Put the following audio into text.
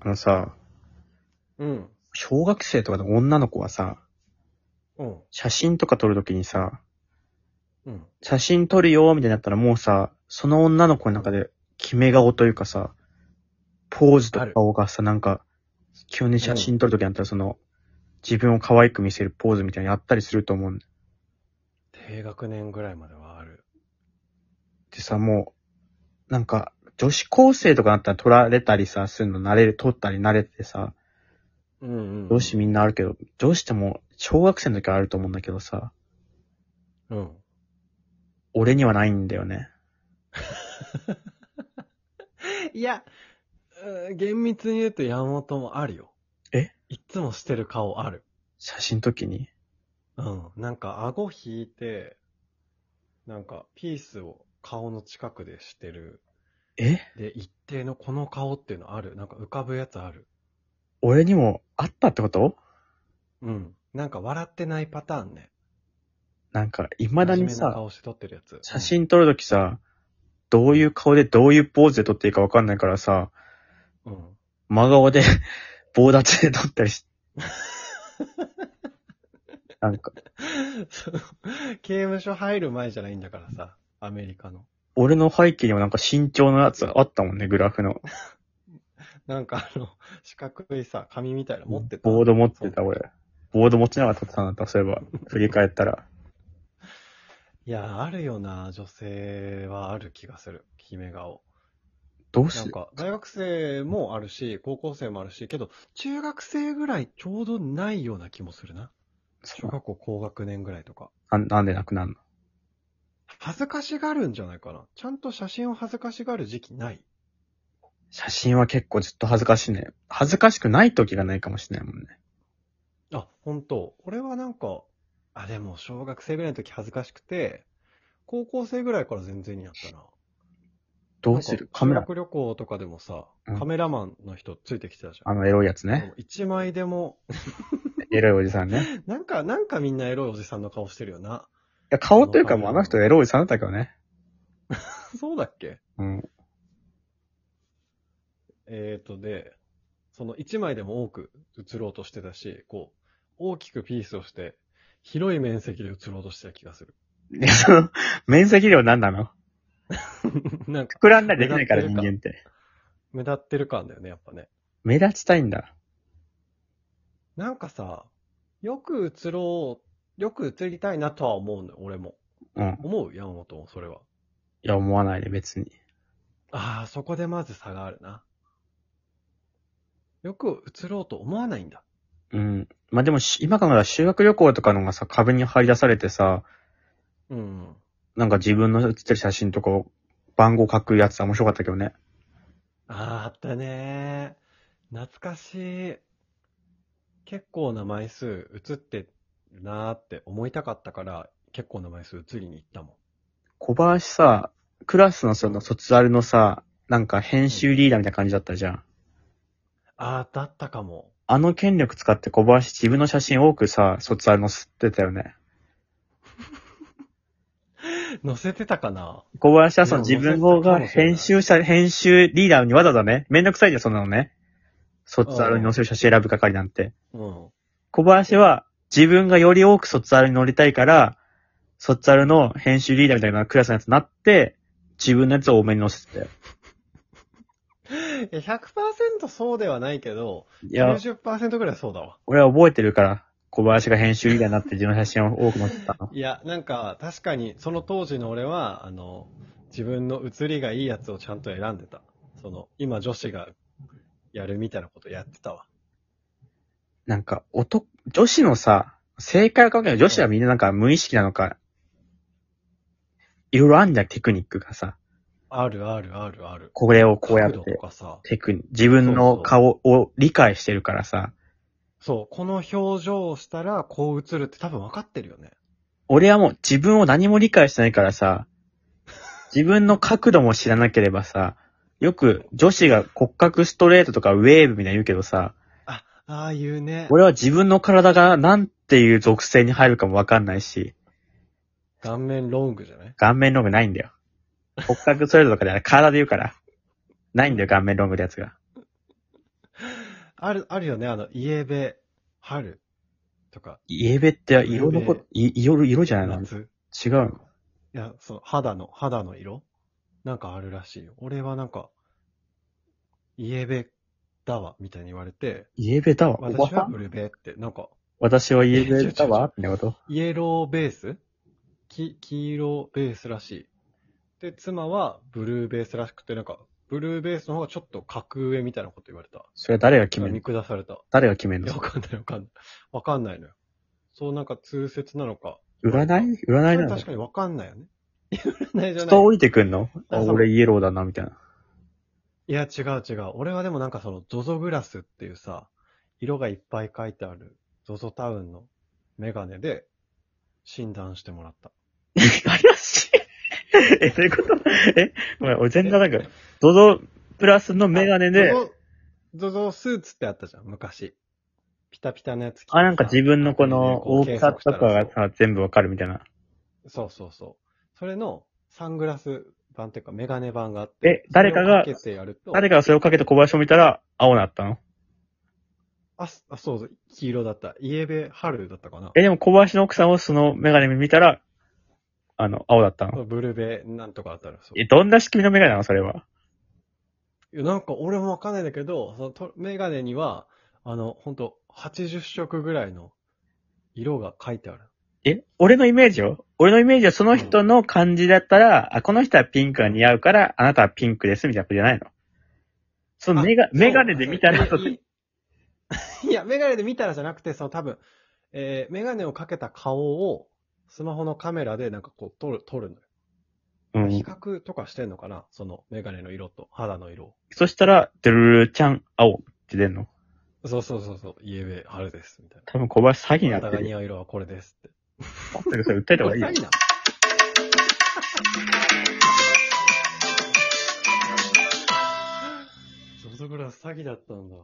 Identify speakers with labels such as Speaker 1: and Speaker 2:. Speaker 1: あのさ、
Speaker 2: うん。
Speaker 1: 小学生とかの女の子はさ、
Speaker 2: うん。
Speaker 1: 写真とか撮るときにさ、
Speaker 2: うん。
Speaker 1: 写真撮るよーみたいになったらもうさ、その女の子の中で決め顔というかさ、ポーズとか顔がさ、なんか、基本に写真撮るときになったらその、自分を可愛く見せるポーズみたいなのやったりすると思うんだよ
Speaker 2: 低学年ぐらいまではある。
Speaker 1: でさ、もう、なんか、女子高生とかだったら撮られたりさ、するの慣れる、撮ったり慣れてさ、
Speaker 2: うんうん。
Speaker 1: 女子みんなあるけど、女子ってもう、小学生の時はあると思うんだけどさ、
Speaker 2: うん。
Speaker 1: 俺にはないんだよね。
Speaker 2: いや、うん厳密に言うと山本もあるよ。
Speaker 1: え
Speaker 2: いつもしてる顔ある。
Speaker 1: 写真時に。
Speaker 2: うん。なんか顎引いて、なんかピースを顔の近くでしてる。
Speaker 1: え
Speaker 2: で、一定のこの顔っていうのある。なんか浮かぶやつある。
Speaker 1: 俺にもあったってこと
Speaker 2: うん。なんか笑ってないパターンね。
Speaker 1: なんか、未だに
Speaker 2: 真面目な
Speaker 1: さ、
Speaker 2: 顔して撮ってるやつ。
Speaker 1: 写真撮るときさ、どういう顔でどういうポーズで撮っていいかわかんないからさ、
Speaker 2: うん。うん。
Speaker 1: 真顔で 棒立ちで撮ったりし、なんか、
Speaker 2: その刑務所入る前じゃないんだからさ。アメリカの。
Speaker 1: 俺の背景にもなんか身長のやつあったもんね、グラフの。
Speaker 2: なんかあの、 四角いさ、紙みたいなの持ってた。
Speaker 1: ボード持ってた、俺。ボード持ちながら撮ってたんだった、そういえば。振り返ったら。
Speaker 2: いや、あるよな、女性はある気がする。決め顔。
Speaker 1: どう
Speaker 2: な
Speaker 1: し
Speaker 2: んか、大学生もあるし、高校生もあるし、けど、中学生ぐらいちょうどないような気もするな。
Speaker 1: そ
Speaker 2: 中
Speaker 1: う
Speaker 2: 学校高学年ぐらいとか。
Speaker 1: ななんでなくなるの
Speaker 2: 恥ずかしがるんじゃないかな。ちゃんと写真を恥ずかしがる時期ない。
Speaker 1: 写真は結構ずっと恥ずかしいね。恥ずかしくない時がないかもしれないもんね。
Speaker 2: あ、本当。俺はなんか、あ、でも小学生ぐらいの時恥ずかしくて、高校生ぐらいから全然やったな。
Speaker 1: どうするカメ
Speaker 2: な
Speaker 1: ラ
Speaker 2: んか修学旅行とかでもさ、
Speaker 1: うん
Speaker 2: カメラマンの人ついてきてたじゃ
Speaker 1: あ
Speaker 2: ん。
Speaker 1: の、エロいやつね。
Speaker 2: 一枚でも、
Speaker 1: エロいおじさんね。い
Speaker 2: なんか、なんかみんなエロいおじさんの顔してるよな。
Speaker 1: や、顔というかもう
Speaker 2: わ
Speaker 1: あ
Speaker 2: かる
Speaker 1: の人エロいおじさんだったけどね。
Speaker 2: そうだっけ
Speaker 1: うん。
Speaker 2: えーとで、その一枚でも多く映ろうとしてたし、こう、大きくピースをして、広い面積で映ろうとしてた気がする。
Speaker 1: いや、その、面積量何なの
Speaker 2: なんか、
Speaker 1: 膨らんだりできないから
Speaker 2: 目
Speaker 1: 人
Speaker 2: 立
Speaker 1: 間っ
Speaker 2: ってるか
Speaker 1: て。
Speaker 2: 目立ってる感だよね、やっぱね。
Speaker 1: 目立ちたいんだ。
Speaker 2: なんかさ、よく映ろう、よく映りたいなとは思うのよ、俺も。
Speaker 1: うん。
Speaker 2: 思う山本も、それは。
Speaker 1: いや、思わないで別に。
Speaker 2: ああ、そこでまず差があるな。よく映ろうと思わないんだ。
Speaker 1: うん。まあ、でもし、今考えたら修学旅行とかのがさ、壁に張り出されてさ、
Speaker 2: うん。
Speaker 1: なんか自分の写ってる写真とかを、番号書くやつは面白かったけどね。
Speaker 2: ああ、あったねー。懐かしい。結構な枚数映ってるなーって思いたかったから、結構な枚数映りに行ったも
Speaker 1: 小林さ、クラスのその卒アルのさ、なんか編集リーダーみたいな感じだったじゃん。
Speaker 2: ん。ああ、だったかも。
Speaker 1: あの権力使って小林自分の写真多くさ、卒アル載せてたよね。
Speaker 2: 載せてたかな
Speaker 1: 小林はその
Speaker 2: いや
Speaker 1: 自分の方が
Speaker 2: 載せてたかもしれない
Speaker 1: 編集者、編集リーダーにわざわざね、めんどくさいじゃん、そんなのね。卒アルに載せる写真選ぶ係なんて。
Speaker 2: うん。
Speaker 1: 小林は自分がより多く卒アルに載りたいから、卒アルの編集リーダーみたいなクラスのやつになって、自分のやつを多めに載せてたよ。
Speaker 2: いや、100%そうではないけど、
Speaker 1: いや、
Speaker 2: 90%ぐらいそうだわ。
Speaker 1: 俺は覚えてるから、小林が編集リーダーになって自分の写真を多く載せてたの。
Speaker 2: いや、なんか、確かに、その当時の俺は、あの、自分の写りがいいやつをちゃんと選んでた。その、今女子がやるみたいなことやってたわ。
Speaker 1: なんか、男、女子のさ、正解は関係ない。女子はみんななんか無意識なのか、いろいろあんじゃん、テクニックがさ。
Speaker 2: あるあるあるある。
Speaker 1: これをこうやっ
Speaker 2: 角度と
Speaker 1: て、
Speaker 2: かさ。
Speaker 1: テクニック、自分の顔を理解してるからさ。
Speaker 2: そう、この表情をしたらこう映るって多分分かってるよね。
Speaker 1: 俺はもう自分を何も理解してないからさ、自分の角度も知らなければさ、よく女子が骨格ストレートとかウェーブみたいな言うけどさ、
Speaker 2: あ、ああいうね。
Speaker 1: 俺は自分の体がなんていう属性に入るかもわかんないし、
Speaker 2: 顔面ロングじゃない
Speaker 1: 顔面ロングないんだよ。骨格ストレートとかではない体で言うから。ないんだよ、顔面ロングってやつが。
Speaker 2: ある、あるよね。あの、家べ、春とか、
Speaker 1: イエベって色のこ
Speaker 2: イエ
Speaker 1: と、い色、色じゃないの
Speaker 2: 夏。
Speaker 1: 違うの
Speaker 2: いや、そう、肌の、肌の色なんかあるらしいよ。俺はなんか、家べだわ、みたいに言われて、
Speaker 1: イエベだわ。おば
Speaker 2: 私
Speaker 1: さ
Speaker 2: は
Speaker 1: ん
Speaker 2: ブルベって、なんか、
Speaker 1: 私はイエベだ
Speaker 2: 違う違う違
Speaker 1: わ
Speaker 2: う
Speaker 1: みたいなこと
Speaker 2: イエローベースき黄色ベースらしい。で、妻はブルーベースらしくて、なんか、ブルーベースの方がちょっと格上みたいなこと言われた。
Speaker 1: それは誰が決める
Speaker 2: 見
Speaker 1: の
Speaker 2: 下された。
Speaker 1: 誰が決める
Speaker 2: いや、
Speaker 1: の
Speaker 2: わかんないわかんない。わかんないのよ。そうなんか通説なのか。
Speaker 1: 占い占いなの
Speaker 2: 確かにわかんないよね。 占いじゃな
Speaker 1: 人
Speaker 2: い。
Speaker 1: 降りてくんのあ、
Speaker 2: あそう
Speaker 1: 俺イエローだな、みたいな。
Speaker 2: いや、違う違う。俺はでもなんかその、ゾゾグラスっていうさ、色がいっぱい書いてある、ゾゾタウンのメガネで診断してもらった。
Speaker 1: 怪しい。 え、どういうこと え、ごめん、俺全然なんか、ドドプラスのメガネで、
Speaker 2: ゾゾ、ゾゾスーツってあったじゃん、昔。ピタピタのやつ着てさ
Speaker 1: あ、なんか自分のこの
Speaker 2: こう
Speaker 1: 大きさとか
Speaker 2: 計
Speaker 1: が
Speaker 2: 測したら
Speaker 1: さ、全部わかるみたいな。
Speaker 2: そうそうそうそう。それのサングラス版っていうかメガネ版があって。
Speaker 1: え誰かが
Speaker 2: それをかけてやると
Speaker 1: 誰かがそれをかけて小林を見たら、青なったの
Speaker 2: あ、すあそうそう、黄色だった。イエベ春だったかな。
Speaker 1: え、でも小林の奥さんをそのメガネ見たら、あの、青だったの
Speaker 2: ブルベなんとかだったら、そう
Speaker 1: え、どんな仕組みのメガネなのそれは。
Speaker 2: いや。なんか俺もわかんないんだけど、そのとメガネには、あの、ほんと、80色ぐらいの色が書いてある。
Speaker 1: え、俺のイメージよ俺のイメージはその人の感じだったら、あ、この人はピンクが似合うから、あなたはピンクです、みたいなことじゃないのそのメガ
Speaker 2: あ、
Speaker 1: メガネで見たら、
Speaker 2: そういいいや、メガネで見たらじゃなくて、その多分、えー、メガネをかけた顔を、スマホのカメラでなんかこう撮る、撮るのよ。
Speaker 1: うん
Speaker 2: 比。較とかしてんのかなそのメガネの色と肌の色を。
Speaker 1: そしたら、ドゥルルルちゃん、青って出んの
Speaker 2: そうそうそうそう、イエベ春です、みたい
Speaker 1: 多分小林詐欺に
Speaker 2: な。
Speaker 1: なった
Speaker 2: あな
Speaker 1: て
Speaker 2: が
Speaker 1: る
Speaker 2: 似
Speaker 1: よ。
Speaker 2: 合う色はこれですって。
Speaker 1: だからそれ訴えた方がいいよ
Speaker 2: これ 詐欺なのソフトグラス詐欺だったんだ。